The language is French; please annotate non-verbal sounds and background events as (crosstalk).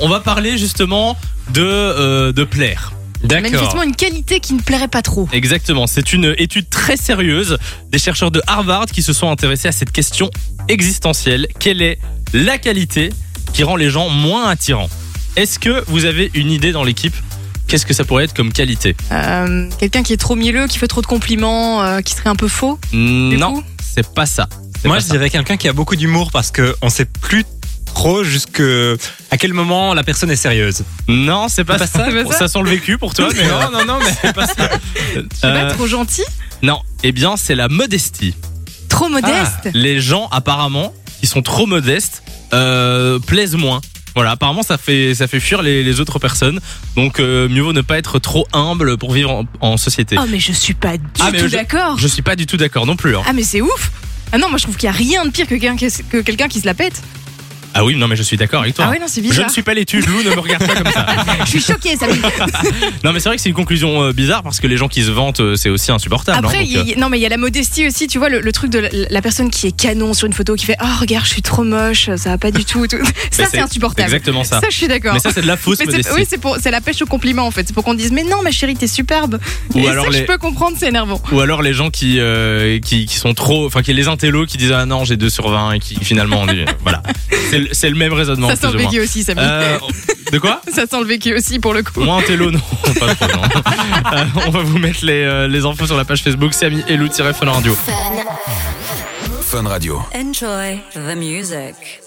on va parler justement de, euh, de plaire. D'accord. Manifestement, une qualité qui ne plairait pas trop. Exactement, c'est une étude très sérieuse des chercheurs de Harvard qui se sont intéressés à cette question existentielle. Quelle est la qualité qui rend les gens moins attirants Est-ce que vous avez une idée dans l'équipe Qu'est-ce que ça pourrait être comme qualité Euh, Quelqu'un qui est trop mielleux, qui fait trop de compliments, euh, qui serait un peu faux. du Non, coup. c'est pas ça. C'est Moi, pas je ça. dirais quelqu'un qui a beaucoup d'humour parce que on sait plus trop jusque à quel moment la personne est sérieuse. Non, c'est pas, C'est pas ça. ça, c'est Bon, pas ça ça sent le vécu pour (laughs) toi, mais Non, non, mais c'est pas ça. Je sais pas, Euh, trop gentil, non, eh bien, c'est la modestie. trop modeste. (laughs) les gens apparemment qui sont trop modestes euh, plaisent moins. Voilà, apparemment ça fait ça fait fuir les, les autres personnes. Donc euh, mieux vaut ne pas être trop humble pour vivre en, en société. Ah, mais je suis pas du Ah, mais tout je- d'accord. Je suis pas du tout d'accord non plus. hein. Ah, mais c'est ouf. Ah non, moi je trouve qu'il y a rien de pire que quelqu'un qui- que quelqu'un qui se la pète. Ah oui, non mais je suis d'accord avec toi. Ah ouais, non, c'est je bizarre. ne suis pas l'étude, Lou, ne me regarde pas comme ça. Je suis (laughs) choquée, ça. Non mais c'est vrai que c'est une conclusion euh, bizarre parce que les gens qui se vantent euh, c'est aussi insupportable. hein, Après, donc, il y a- euh, il y a- non, mais il y a la modestie aussi, tu vois, le, le truc de la, la personne qui est canon sur une photo, qui fait Oh, regarde, je suis trop moche, ça va pas du tout. (laughs) et tout. Ça, Mais c'est insupportable. euh, Exactement ça. Ça, je suis d'accord. mais ça c'est de la fausse Mais c'est- modestie. oui, c'est pour- c'est la pêche au compliment en fait. C'est pour qu'on dise mais non ma chérie t'es superbe. Ou Et alors ça les- je peux comprendre c'est énervant. Ou alors les gens qui, euh, qui, qui sont trop. Enfin, qui les intellos qui disent Ah non, j'ai 2 sur 20 et qui finalement. on dit- (laughs) voilà. C'est le, c'est le même raisonnement. ça sent plus le ou moins. vécu aussi Samy. Euh, de quoi Ça sent le vécu aussi pour le coup. Moins intello, non. Pas trop, non. Euh, on va vous mettre les, euh, les infos sur la page Facebook Samy et Lou-Fun Radio. Fun Radio. Enjoy the music.